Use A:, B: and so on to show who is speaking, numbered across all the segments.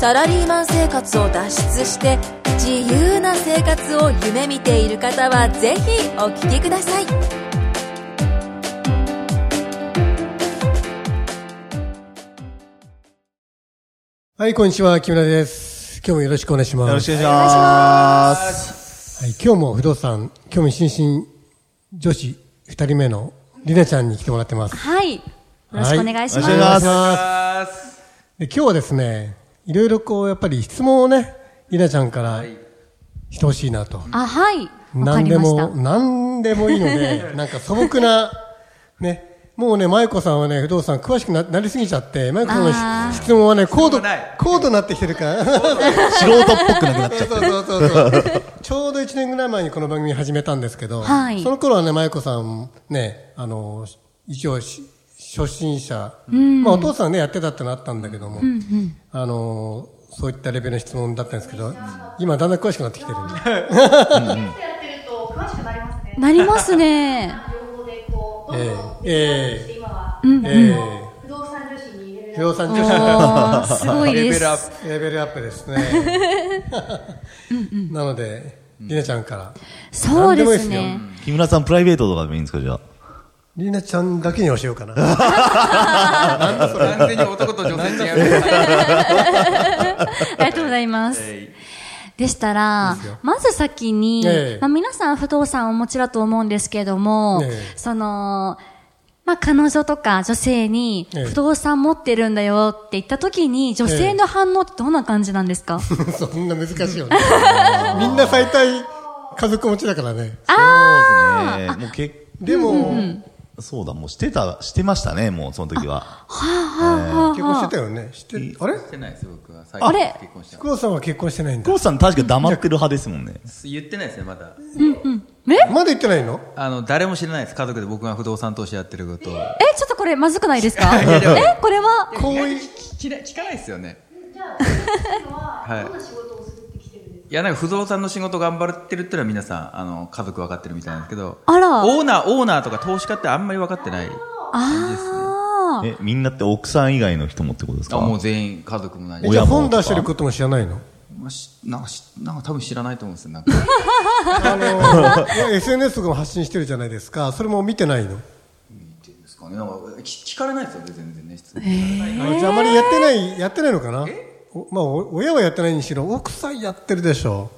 A: サラリーマン生活を脱出して自由な生活を夢見ている方はぜひお聞きください
B: はい、こんにちは、木村です。今日もよろしくお願いします。
C: よろしくお願いします。
B: はい、今日も不動産、興味津々女子二人目のりなちゃんに来てもらってます。
D: はい。よろしくお願いします。
C: はいよろしくお願いします
B: で今日はですね、いろいろこう、やっぱり質問をね、りなちゃんからしてほしいなと。
D: あ、はい。わか
B: 何
D: り
B: で
D: まし
B: も、
D: た。
B: 何でもいいので、 なんか素朴な、ね、もうね、まゆこさんはね、不動産詳しくななりすぎちゃって、まゆこさんの
D: あー
B: 質質問はね、高度
E: 質問ない、
B: 高度になってきてるから。
C: 素人っぽくなくなっちゃ
B: そう
C: う。
B: そうそうそうそう。ちょうど1年ぐらい前にこの番組始めたんですけど、
D: はい
B: その頃はね、まゆこさん、ね、あの、一応し、初心者、まあお父さんね、やってたってのあったんだけども、あの、そういったレベルの質問だったんですけど、今だんだん詳しくなってきてる んで。
F: やってると詳しくなりますね。
D: なりますね。
F: 両方でこうどんどん
B: ええ
F: 今は
B: え
F: 不動産女子に入れ
B: え
F: る
B: 不動産
D: お
B: 女子
D: ー、すごい
E: レ
D: で
E: ベ
D: す
E: ル。アップ。
B: レベルアップですね。 なので、りなちゃんから。
D: そう
B: 何で
D: で
B: もいいですすよ
D: ね。
C: 木村さん、プライベートとかでもいいんですか、じゃあ。
B: りなちゃんだけに教えようかな。
E: 完全に男と女性違う。
D: ありがとうございます。でしたら
B: ですよ、
D: まず先に、
B: ええ
D: まあ、皆さん不動産をお持ちだと思うんですけども、
B: ええ
D: その、まあ、彼女とか女性に
B: ええ
D: 不動産持ってるんだよって言った時に、女性の反応ってどんな感じなんです か、
B: そんな難しいよね。みんな最大家族持ちだからね。
C: そうですね。もう結
B: でも、
C: そうだ、もうしてた、してましたね、もうその時は。
B: 結婚してたよね。して、あれ
E: してないです、僕は。最
D: あ
E: 近
D: れ
E: 結婚して
B: 久保さんは結婚してないんだ
C: コ。ウさん確か黙ってる派ですもんね。
E: ます。言ってないですね、まだ。
B: まだ言ってないの
E: あの、誰も知らないです。家族で僕が不動産投資やってることを。
D: え、ちょっとこれまずくないですか
E: いやでも
D: え、これは、
B: こうい
E: 聞き聞かないですよね。
F: じゃあ今
E: はい
F: はどんな仕事をするってきてるんですか。
E: いや、なんか不動産の仕事頑張ってるってのは皆さん、あの、家族分かってるみたいなんですけど、
D: あら
E: オーナー、オーナーとか投資家ってあんまり分かってない。
D: あー
C: え、みんなって奥さん以外の人もってことですか
E: あ、もう全員、家族も何
B: え
E: も
B: じゃあ
C: 親も
B: 本出してることも知らないの
E: まあしなんかし、なんか多分知らないと思うんですよ。 なんか
B: あの いや SNS とかも発信してるじゃないですか。それも見てないの。
E: っていうんですかね。なんか、聞聞かれないですよね、全然ね。質問
B: あじゃああまりやってない、やってないのかなおまあ、お親はやってないにしろ、奥さんやってるでしょ。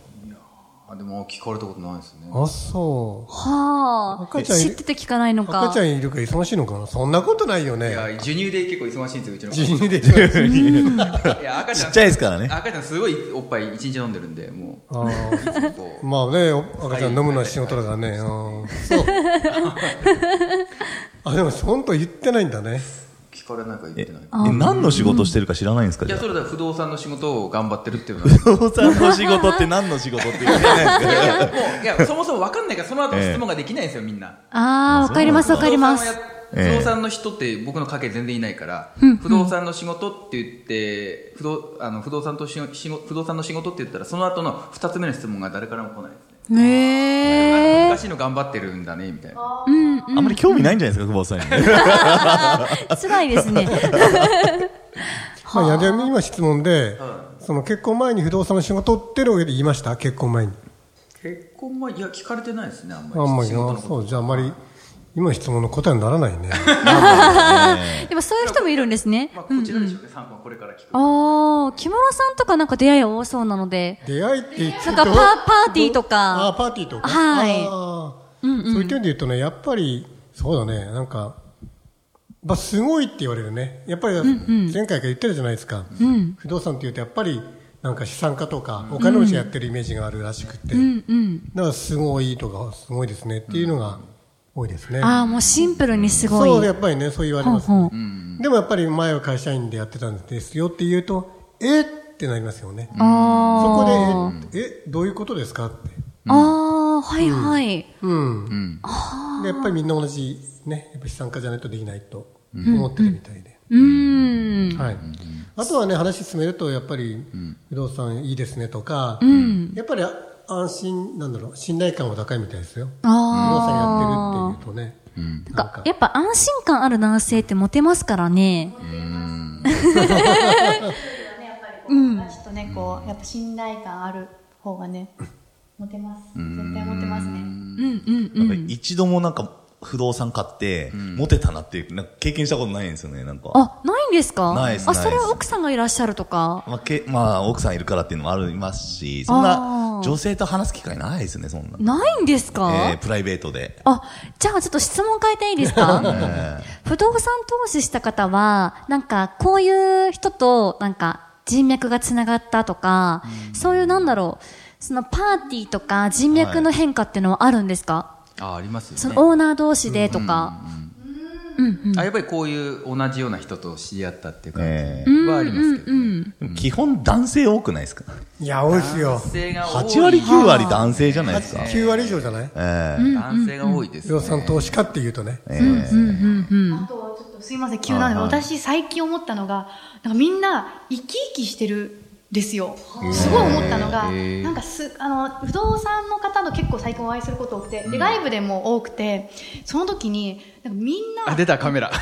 E: あ、でも聞かれたことないですね。
B: あ、そう。
D: はあ、
B: 赤ちゃんい
D: 知
B: る
D: ってて聞かないのか。
B: 赤ちゃんいるから忙しいのかなそんなことないよ
E: いや
B: ね。、
E: 授乳で結構忙しいんですよ、うち
B: 自
E: の
B: 由でしょ。
E: 子。いや、赤ちゃ
C: ちっ
E: ん。
C: ちゃいですからね
E: 赤ちゃんすごいおっぱい一日飲んでるんで、もう。
B: あー
E: いつもこう
B: まあね、お赤ちゃん飲むのは仕事だから ね。うんそう。あ、でも本当言ってないんだね。
E: 聞かれないから言
C: え
E: ってない。
C: え、何の仕事してるか知らないんですか
E: い
C: じゃ
E: や、
C: あ。
E: それでは不動産の仕事を頑張ってるっていう のは。
C: 不動産の仕事って何の仕事って言って ないんですか
E: いや、もう、いや、そもそも分かんないから、その後の質問ができないんですよ、みんな。
D: ああ、わかります、わかります。
E: 不動産をや不動産の人って僕の家系全然いないから、不動産の仕事って言って、不動あの不動産とし仕事不動産の仕事って言ったら、その後の二つ目の質問が誰からも来ないですね。
D: ねえ。
E: 昔の頑張ってるんだね、みたいな。
C: あんまり興味ないんじゃないですか、久保さんに。
D: 辛いですね。
B: まあ、いやでも今質問で、その結婚前に不動産の仕事ってるわけで言いました結婚前に。
E: 結婚前、いや、聞かれてないですね、あんまり。
B: あんまり
E: 仕事
B: な。
E: のこと
B: そう、じゃああんまり、今の質問の答えにならないね。
D: でもそういう人もいるんですね。
E: まあ、こちらでしょうね、3番これから聞く。
D: ああ、木村さんとかなんか出会い多そうなので、
B: 出会いって言って
D: なんかパーパーティーと
B: ああ、
D: か、
B: パーティーとか。
D: はい
B: あーそういう点で言うとね、やっぱり、そうだね、なんか、まあ、すごいって言われるね。やっぱり、前回から言ってるじゃないですか。不動産って言うと、やっぱり、なんか資産家とか、お金持ちがやってるイメージがあるらしくて。だから、すごいとか、すごいですねっていうのが多いですね。
D: ああ、もうシンプルにすごい。
B: そう、やっぱりね、そう言われ
D: ほん
B: ます。
D: ほん
B: でもやっぱり前は会社員でやってたんですよって言うと、えってなりますよね。そ
D: あ
B: こで、え、えどういうことですかって。
D: あ。あ、はいはい。
B: うん
E: うん。
B: でやっぱりみんな同じ、ね、やっぱ資産家じゃないとできないと思ってるみたいで、
D: うーん。
B: はい、あとはね話進めるとやっぱり不動産いいですねとか、やっぱり安心なんだろう信頼感は高いみたいですよ不動産やってるっ
D: あ
B: ていうとね、
D: あ。
B: な
D: なんん
B: か
D: かやっぱ安心感ある男性ってモテますからね。
F: はねやっぱりこう私とねこうやっぱ信頼感ある方がねモテます絶対モテますね
D: うんうんう
C: なんか
D: ん。
C: 一度もなんか不動産買って、モテたなっていう、なんか経験したことないんですよね、なんか。
D: あ、ないんですか
C: ないです
D: あ、
C: ないです
D: それは奥さんがいらっしゃるとか。
C: まあ、けまあ、奥さんいるからっていうのもありますし、そんな
D: あー
C: 女性と話す機会ないですね、そんな。
D: ないんですか、
C: えープライベートで。
D: あ、じゃあちょっと質問変えていいですか不動産投資した方は、なんかこういう人となんか人脈がつながったとか、そういうなんだろう、そのパーティーとか人脈の変化っていうのはあるんですか、
E: あ、あります
D: そ
E: よね。
D: のオーナー同士でとか。
E: あ、やっぱりこういう同じような人と知り合ったっていう感
C: えー
E: じはありますけどね。
C: でも基本男性多くないですか
B: いや多いですよ
E: 男性が多い。
C: ?8 割9割男性じゃないですか。
B: 9割以上じゃない
C: え
E: 男性が多いです
B: 不
E: ね。
B: 動産投資家っていうとね、
F: あとはちょっとすいません急なんで私最近思ったのがなんかみんな生き生きしてるんですよすごい思ったのが
E: へー
F: なんかすあの不動産の方の結構最近お会いすること多くてで外部でも多くてその時になんかみんな
E: あ、出たカメラ。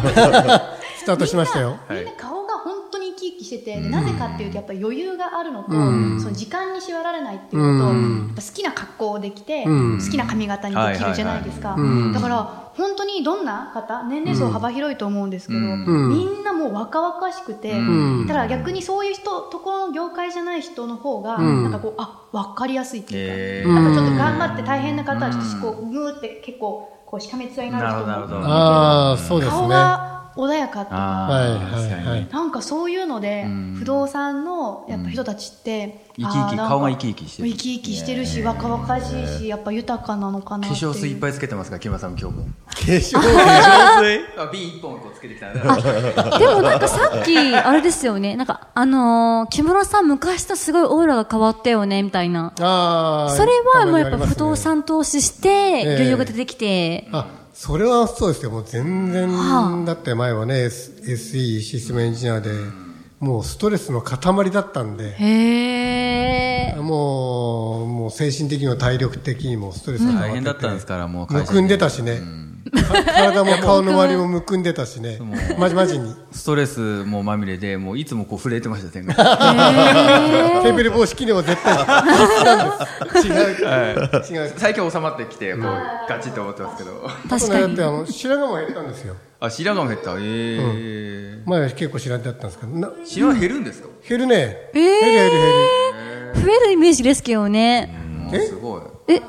B: スタートしましたよ。
E: はい
F: みんな顔が本当に生き生きしてて、でなぜかっていうとやっぱり余裕があるのと、
B: うん
F: その時間に縛られないっていうのと、
B: うん
F: やっぱ好きな格好できて、
B: うん
F: 好きな髪型にできるじゃないですか、
B: いはいはいうん
F: だから本当にどんな方年齢層幅広いと思うんですけど、
B: ん
F: みんなもう若々しくて、
B: ん
F: ただ逆にそういう人ところの業界じゃない人の方が、
B: うん
F: なんかこうあ分かりやすいっていうか、
E: え
B: ー
F: なんかちょっと頑張って大変な方はちょっとこうグーって結構こうしかめついになる人
E: なるほどなるほ
F: も
E: ど
B: ああ、そうですね。は
F: 顔が穏やかって
B: い、
F: いうか。
E: あ
B: はい、
E: 確か
B: は
E: に
B: い。
F: なんかそういうので、
E: ん
F: 不動産のやっぱ人たちって、
E: 生き
F: あ
E: 生
F: ー
E: き、
F: なんか
E: 顔が生き生きしてる
F: 生。き生きしてるし、若々しいし、やっぱ豊かなのかな
E: 化
F: っていう。
E: 粧水いっぱいつけてますから、木村さんも今日も。
C: ー、化粧化粧水
E: あ、瓶一本こうつけてきたんで。あ
D: でもなんかさっき、あれですよね。なんか、あのー木村さん昔とすごいオーラが変わったよね、みたいな。
B: ああ、
D: それはもうや
B: たまにあり
D: っぱ
B: ますね
D: 不動。産投資して、
B: ええ
D: 余裕が出てきて、
B: あ、それはそうですよ。もう全然、
D: はあ
B: だって前はね、S- SE、システムエンジニアで、もうストレスの塊だったんで、
D: へー。
B: もう、もう精神的にも体力的にもストレスが溜まてて
E: 大変だったんですからもう
B: む
E: 会社
B: くんでたしね。か体も顔の周りもむくんでたしね。まじまじに。
E: ストレスもまみれで、もういつもこう震えてました、 天が。
B: テーブル防止機能は絶対必須なんです。違う。違う。
E: 最近収まってきて、こう、ガチって思ってますけど。
D: 確か
B: だっ
D: に
B: て。あの白髪も減ったんですよ
E: あ、白髪減った。ええ。
B: 前は結構白髪だったんですけどな
E: 白髪減るんですか
B: 減るね
D: えー
B: 減る減る減る
D: 増えるイメージですけどね。
E: もうすごい。
D: え、
E: はい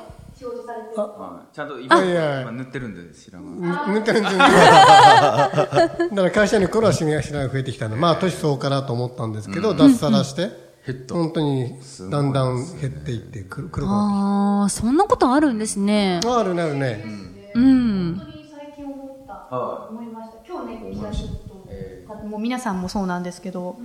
E: ちゃんと今、
B: いやいや
E: 今塗ってるんで、白髪。
B: うん全然全然だから会社に来る頃はシミが白髪増えてきたんでまあ年相応かなと思ったんですけど脱サラして
E: 減った
B: 本当にだんだん減っていってくるくるくるあ
D: あー、そんなことあるんですね。
B: あるねあるね
D: うん。
F: 本当に最近思った
E: は
F: 思いました今日ね聞いた人ともう皆さんもそうなんですけど、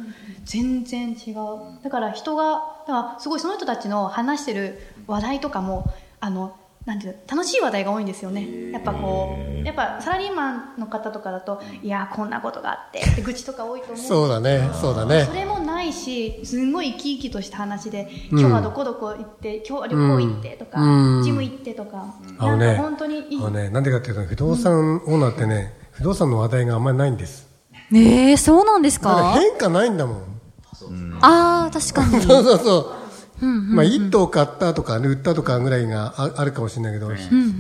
F: 全然違うだから人がだからすごいその人たちの話してる話題とかもあのなんていうの楽しい話題が多いんですよねやっぱこうやっぱサラリーマンの方とかだといやーこんなことがあってって愚痴とか多いと思うんですけ
B: そ
F: ど
B: うだねそうだね
F: それもないしすんごい生き生きとした話で今日はどこどこ行って、今日は旅行行ってとか、
B: うん
F: ジム行ってとか、
B: あの
F: なん
B: ね
F: か本当にいい
B: あのねなんでかっていうと不動産オーナーってね不動産の話題があんまりないんです
D: えー、そうなんです
B: だから
D: か
B: 変化ないんだもん
D: あー、確かに。
B: そうそうそう。まあ、一頭買ったとか、売ったとかぐらいがああるかもしれないけど、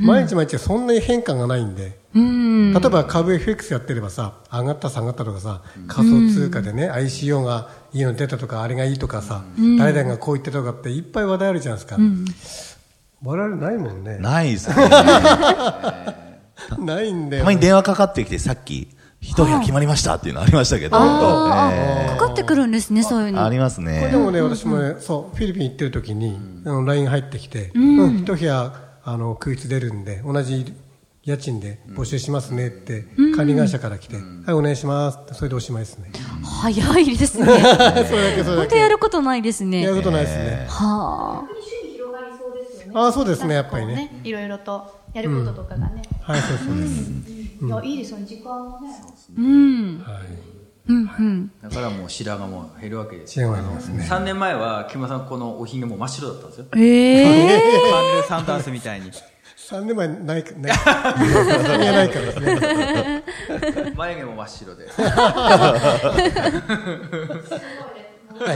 B: 毎日毎日そんなに変化がないんで、
D: うん。
B: 例えば株 FX やってればさ、上がった下がったとかさ、仮想通貨でね、ICO がいいの出たとか、あれがいいとかさ、誰々がこう言ってたとかっていっぱい話題あるじゃないですか。我々ないもんね。
C: ないですね。た
B: ないんだよ
C: ま。に電話かかってきて、さっき、一部屋決まりましたっていうのありましたけど。
D: あー、かかってくるんですね、そういう
C: あ
D: の。
C: ります
B: これ
C: ね
B: で。もね、私もね、そう、フィリピン行ってる時に、あの、LINE 入ってきて、うん、一部屋、あの、空室出るんで、同じ家賃で募集しますねって、管理会社から来て、はい、お願いしますって、それでおしまいです ね。
D: 早いですね。
B: それだけ、それだ
D: 本当
B: け。
D: やることないです
B: や
D: ね
B: る。ことないですね。
D: はあ。
F: 趣味広がりそうですよねね。
B: あーそうですね
F: なんかこ
B: やっぱりね。
F: いろいろとやることとかがね。
B: はい、そうそうです。
F: いやいいですよね時間もね。
D: うん。
B: はい。
D: うん。うん。
E: だからもう白髪も減るわけです
B: チェーンはありますね。
E: 3年前は木村さんこのおひげも真っ白だったんですよ
D: ええ
G: カーネル・サンダースみたいに。
B: 三年前ないか、ない。 三年ないからですね。
E: 眉毛も真っ白で
B: は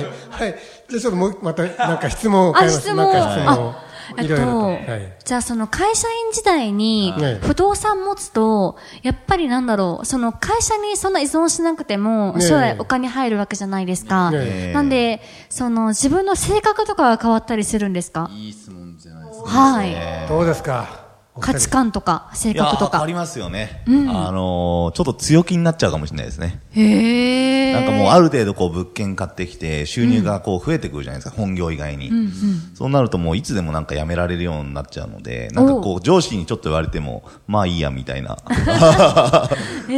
B: い。はい。じゃあちょっともう、また、なんか質問を変えます。
D: あ質問
B: なんか質問を
D: えっ
B: い
D: と、
B: ろいろと。はい。
D: じゃあその会社員時代に
B: はい
D: 不動産持つと、やっぱりなんだろう、その会社にそんな依存しなくても、
B: ねえ
D: 将来お金入るわけじゃないですか。
B: ね
C: え
D: なんで、その自分の性格とかが変わったりするんですか
E: いい質問じゃないですか
D: はい。
B: どうですかお二人
D: 価値観とか、性
C: いや
D: 格と
C: ー、あ
D: か
C: り。ますよね。あのー、ちょっと強気になっちゃうかもしれないですね。
D: へえ。
C: なんかもうある程度こう物件買ってきて収入がこう増えてくるじゃないですか、本業以外に、そうなるともういつでもなんか辞められるようになっちゃうので、なんかこう上司にちょっと言われても、まあいいやみたい な感じ、まあちょ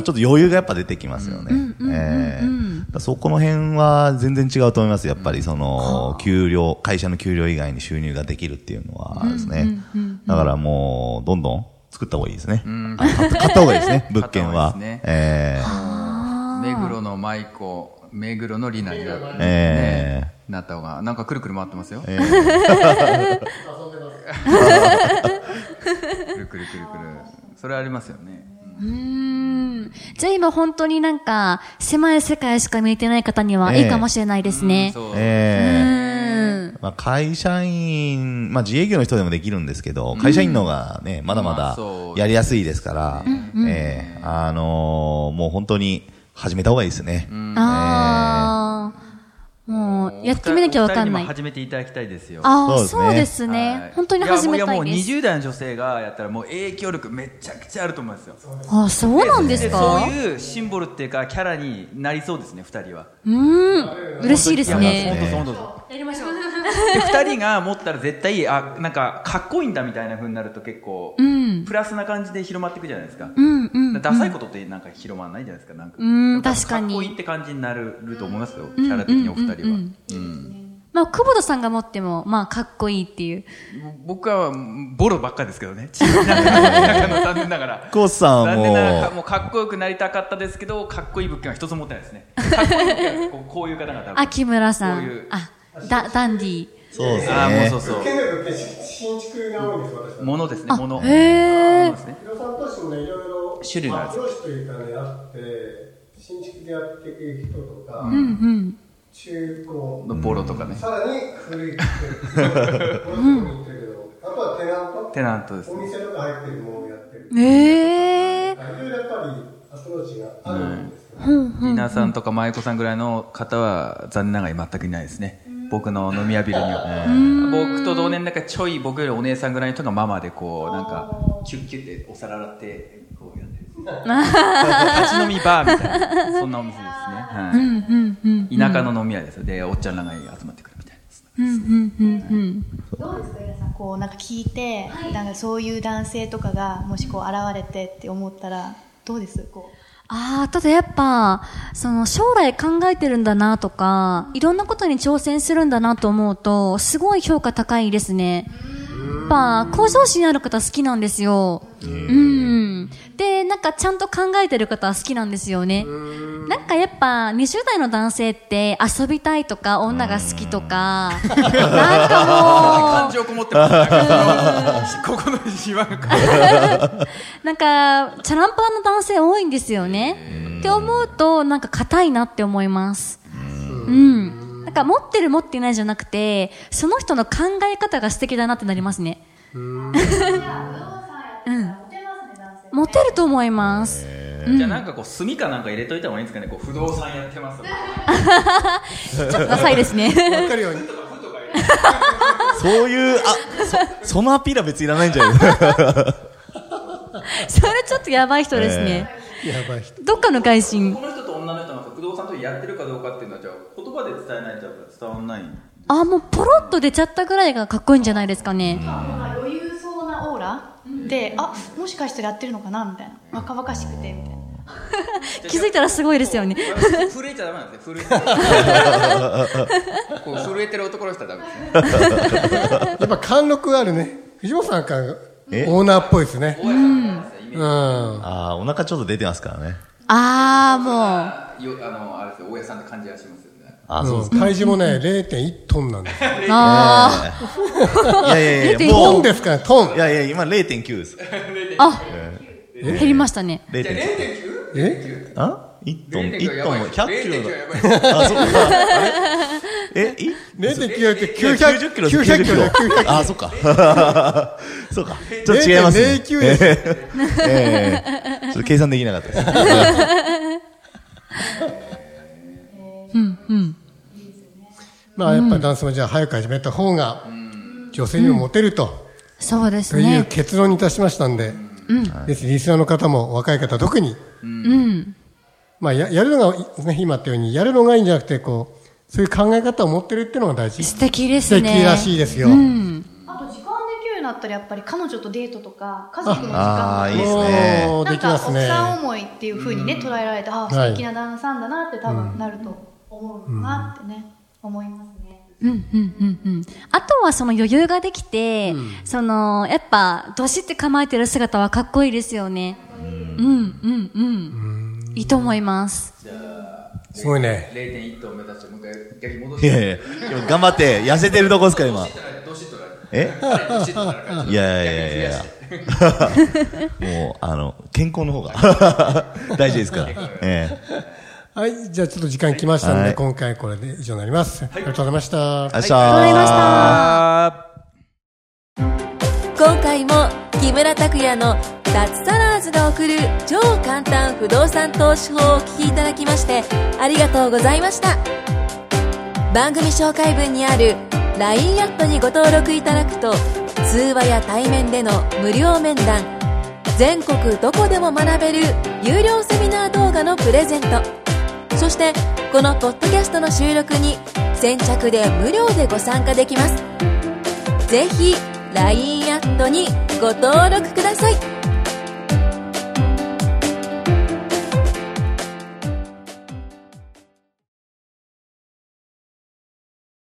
C: っと余裕がやっぱ出てきますよね。えーだからそこの辺は全然違うと思います。やっぱりその、給料、会社の給料以外に収入ができるっていうのはですね。だからもう、どんどん作った方がいいですね。あ買った買った方がいいですね、物件
E: 買った
C: は
E: 方。がいいですね
C: えー
E: 目黒の舞子目黒のリナにな,、
C: え
E: ね、なった方がなんかくる くる回ってますよ、くるくるくるくるそれありますよね、
D: うーんじゃあ今本当になんか、狭い世界しか見えてない方には
C: ええ
D: いいかもしれないです
E: うん
D: ね。
E: そ
C: え
D: う
E: う、
D: ん
C: えまあ、会社員、まあ、自営業の人でもできるんですけど、会社員の方がね、まだま
E: まあ
C: だ
E: そう
C: やりやすいですから、ええあのーもう本当に始めた方がいいですね。
D: ああ、もう、やってみなきゃわかんな
E: お二人にも
D: い。
E: 始めていただきたいですよ
D: ああ、そ
C: そうう
D: で
C: です
E: は
D: ね
E: い。
D: 本当に始め
E: や
D: た
E: もう
D: い
E: もう
D: です。
E: 20代の女性がやったらもう影響力めちゃくちゃあると思いますよ
D: あそうなんですか
E: そういうシンボルっていうかキャラになりそうですね2人は
D: うーん、嬉しいですね。
E: 本当そう本当そう
D: やりましょう。
E: で2人が持ったら絶対あなんかかっこいいんだみたいな風になると結構、
D: ん
E: プラスな感じで広まっていくじゃないですか、
D: うん、うん。
E: ダサいことってなんか広まらないじゃないですかなんか
D: うん
E: だら
D: 確かに
E: かっこいいって感じになると思いますよ、キャラ的にお二人は、
D: うんうん
E: うん
D: まあ、久保田さんが持っても、まあ、かっこいいっていう。
E: 僕はボロばっかですけどねちなみになんか残念ながら
C: コースさんは
E: 残
C: も
E: 念ながらか
C: う、
E: もうかっこよくなりたかったですけどかっこいい物件は一つも持ってないですねかっこいい物件はこうこういう方々
D: あ、木村さ。
E: こういうん
D: あ、だ、ダンディ。
C: そうです
E: ああもう
C: ね
E: そう。そう
B: 県内の新築が多いんです、私は。
E: ものですね
D: あ
E: もの
D: へー
E: ですね
B: 不動産投資もね、いろいろ
E: 種類がある
B: アプローチというかね、あって、新築でやっていく人とか、
D: うん、うん。
B: 中古、
E: のボロとかね
B: さらに古いって、うん、言ってるけど、あとはテナント、
E: テナントです
B: お
E: ね
B: 店とか入ってるものをやってる。
D: ええ
B: いろいろやっぱりアプローチがあるんですよ、ね
E: リナさんとか舞子さんぐらいの方は残念ながら全くいないですね。僕の飲み屋ビルには。僕と同年だからちょい僕よりお姉さんぐらいの人がママでこう、なんか、キュッキュってお皿洗って、こうや ってる。立ち飲みバーみたいな、そんなお店ですね。はい、田舎の飲み屋ですよ。で、おっちゃんらが集まってくるみたいです。
F: どうですか皆さんこうなんか聞いて、なんかそういう男性とかがもしこう現れてって思ったらどうですこう
D: ああ、ただやっぱ、その将来考えてるんだなとか、いろんなことに挑戦するんだなと思うと、すごい評価高いですね。やっぱ、向上心ある方好きなんですよ。うん。で、なんかちゃんと考えてる方は好きなんですよね。なんかやっぱ、20代の男性って遊びたいとか、女が好きとか、なんかもう
E: 感、情こもってますなんか この。ここの島が。
D: なんか、チャランパンの男性多いんですよね。って思うと、なんか硬いなって思います。うん。なんか持ってる持ってないじゃなくて、その人の考え方が素敵だなってなりますね。うん。モテると思います。
E: じゃあなんかこう、炭かなんか入れといた方がいいんですかね。こう、不動産やってます。
D: ちょっとダサいです ね。
B: わかるように。
C: そういう、あ、そ、そのアピールは別にいらないんじゃない ですか。
D: それちょっとやばい人ですね。
B: やばい人。
D: どっかの外心
E: こ。の人と女の人が不動産とやってるかどうかっていうのはじゃあ言葉で伝えないと伝わんない
D: あ、もうポロッと出ちゃったぐらいがかっこいいんじゃないですかね。
F: なんか余裕そうなオーラであもしかしたらやってるのかなみたいな若々しくてみたいな
D: 気づいたらすごいです よね。
E: 震えちゃダメなんですね。 震えてる。こう震えてる男の人はダメですね。
B: やっぱ貫禄あるね。藤本さんから
C: え
B: オーナーっぽいですね。
E: 大家さんなんですねイ
B: う
E: メージ
B: ん。
C: ああ、お腹ちょっと出てますからね。
D: ああ、もう。
E: あよあのあれですよ大家さんって感じがしますよね。
C: あーそう
B: うん体重もね、0.1トンなんですよ。
D: あ
C: いやいやいや、
B: ト
C: も
B: ン
C: う、
B: ですから、ト
C: い
B: ン。
C: やいや、今0.9です。
D: ーあ、減りましたね。
C: 0.9。
B: え
C: あ ?1 トン、
E: 0.9
C: 1トン、100キロだ。
E: 0.9やばい
C: あ、そっか。あれ え、い
B: ?0.9 って900
C: 90キロ
B: 900キロだよ。
C: あそっか。 そうか。ちょっと違います、ね。
B: 0.09です
C: ええちょっと計算できなかったです。
B: まあやっぱりダンスもじゃあ早く始めた方が女性にもモテると
D: そうです
B: という
D: ね。
B: 結論に達しましたんで、ぜひリスナーの方も若い方特に、まあややるのが、ね、今っていうようにやるのがいいんじゃなくてこうそういう考え方を持ってるっていうのが大事
D: 素敵で
B: 素
D: すね。
B: 敵らしいですよ、
F: あと時間できるようになったらやっぱり彼女とデートとか家族の時
C: あ
F: 間
C: ー
F: と
C: いい
F: か
C: で
B: おーできます
C: すね
F: なんか奥
B: ね
F: さん思いっていうふうにね、捉えられてああ素敵な旦那さんだなって多分なると思うなってね、思いますね。
D: うんうんうんうん。あとはその余裕ができて、その、やっぱ、どしって構えてる姿はかっこいいですよね。うんうんうん。いいと思います。
B: すごいね
E: 0.1トン目指してもう一回逆に戻し
C: い
E: て。
C: やいや、でも頑張って、痩せてるとこですか、今。
E: どしっとな る。
C: え
E: どしっとなる感じ。
C: いやいやいやい や。もう、あの、健康の方が 大事ですから。ええ
B: はいじゃあちょっと時間きましたので、
C: はい
B: 今回これで以上になります、ありがとうございました、
C: ありがとうございました。
A: 今回も木村拓哉の脱サラーズが送る超簡単不動産投資法をお聞きいただきましてありがとうございました番組紹介文にある LINE アットにご登録いただくと通話や対面での無料面談全国どこでも学べる有料セミナー動画のプレゼントそしてこのポッドキャストの収録に先着で無料でご参加できますぜひ LINE アットにご登録ください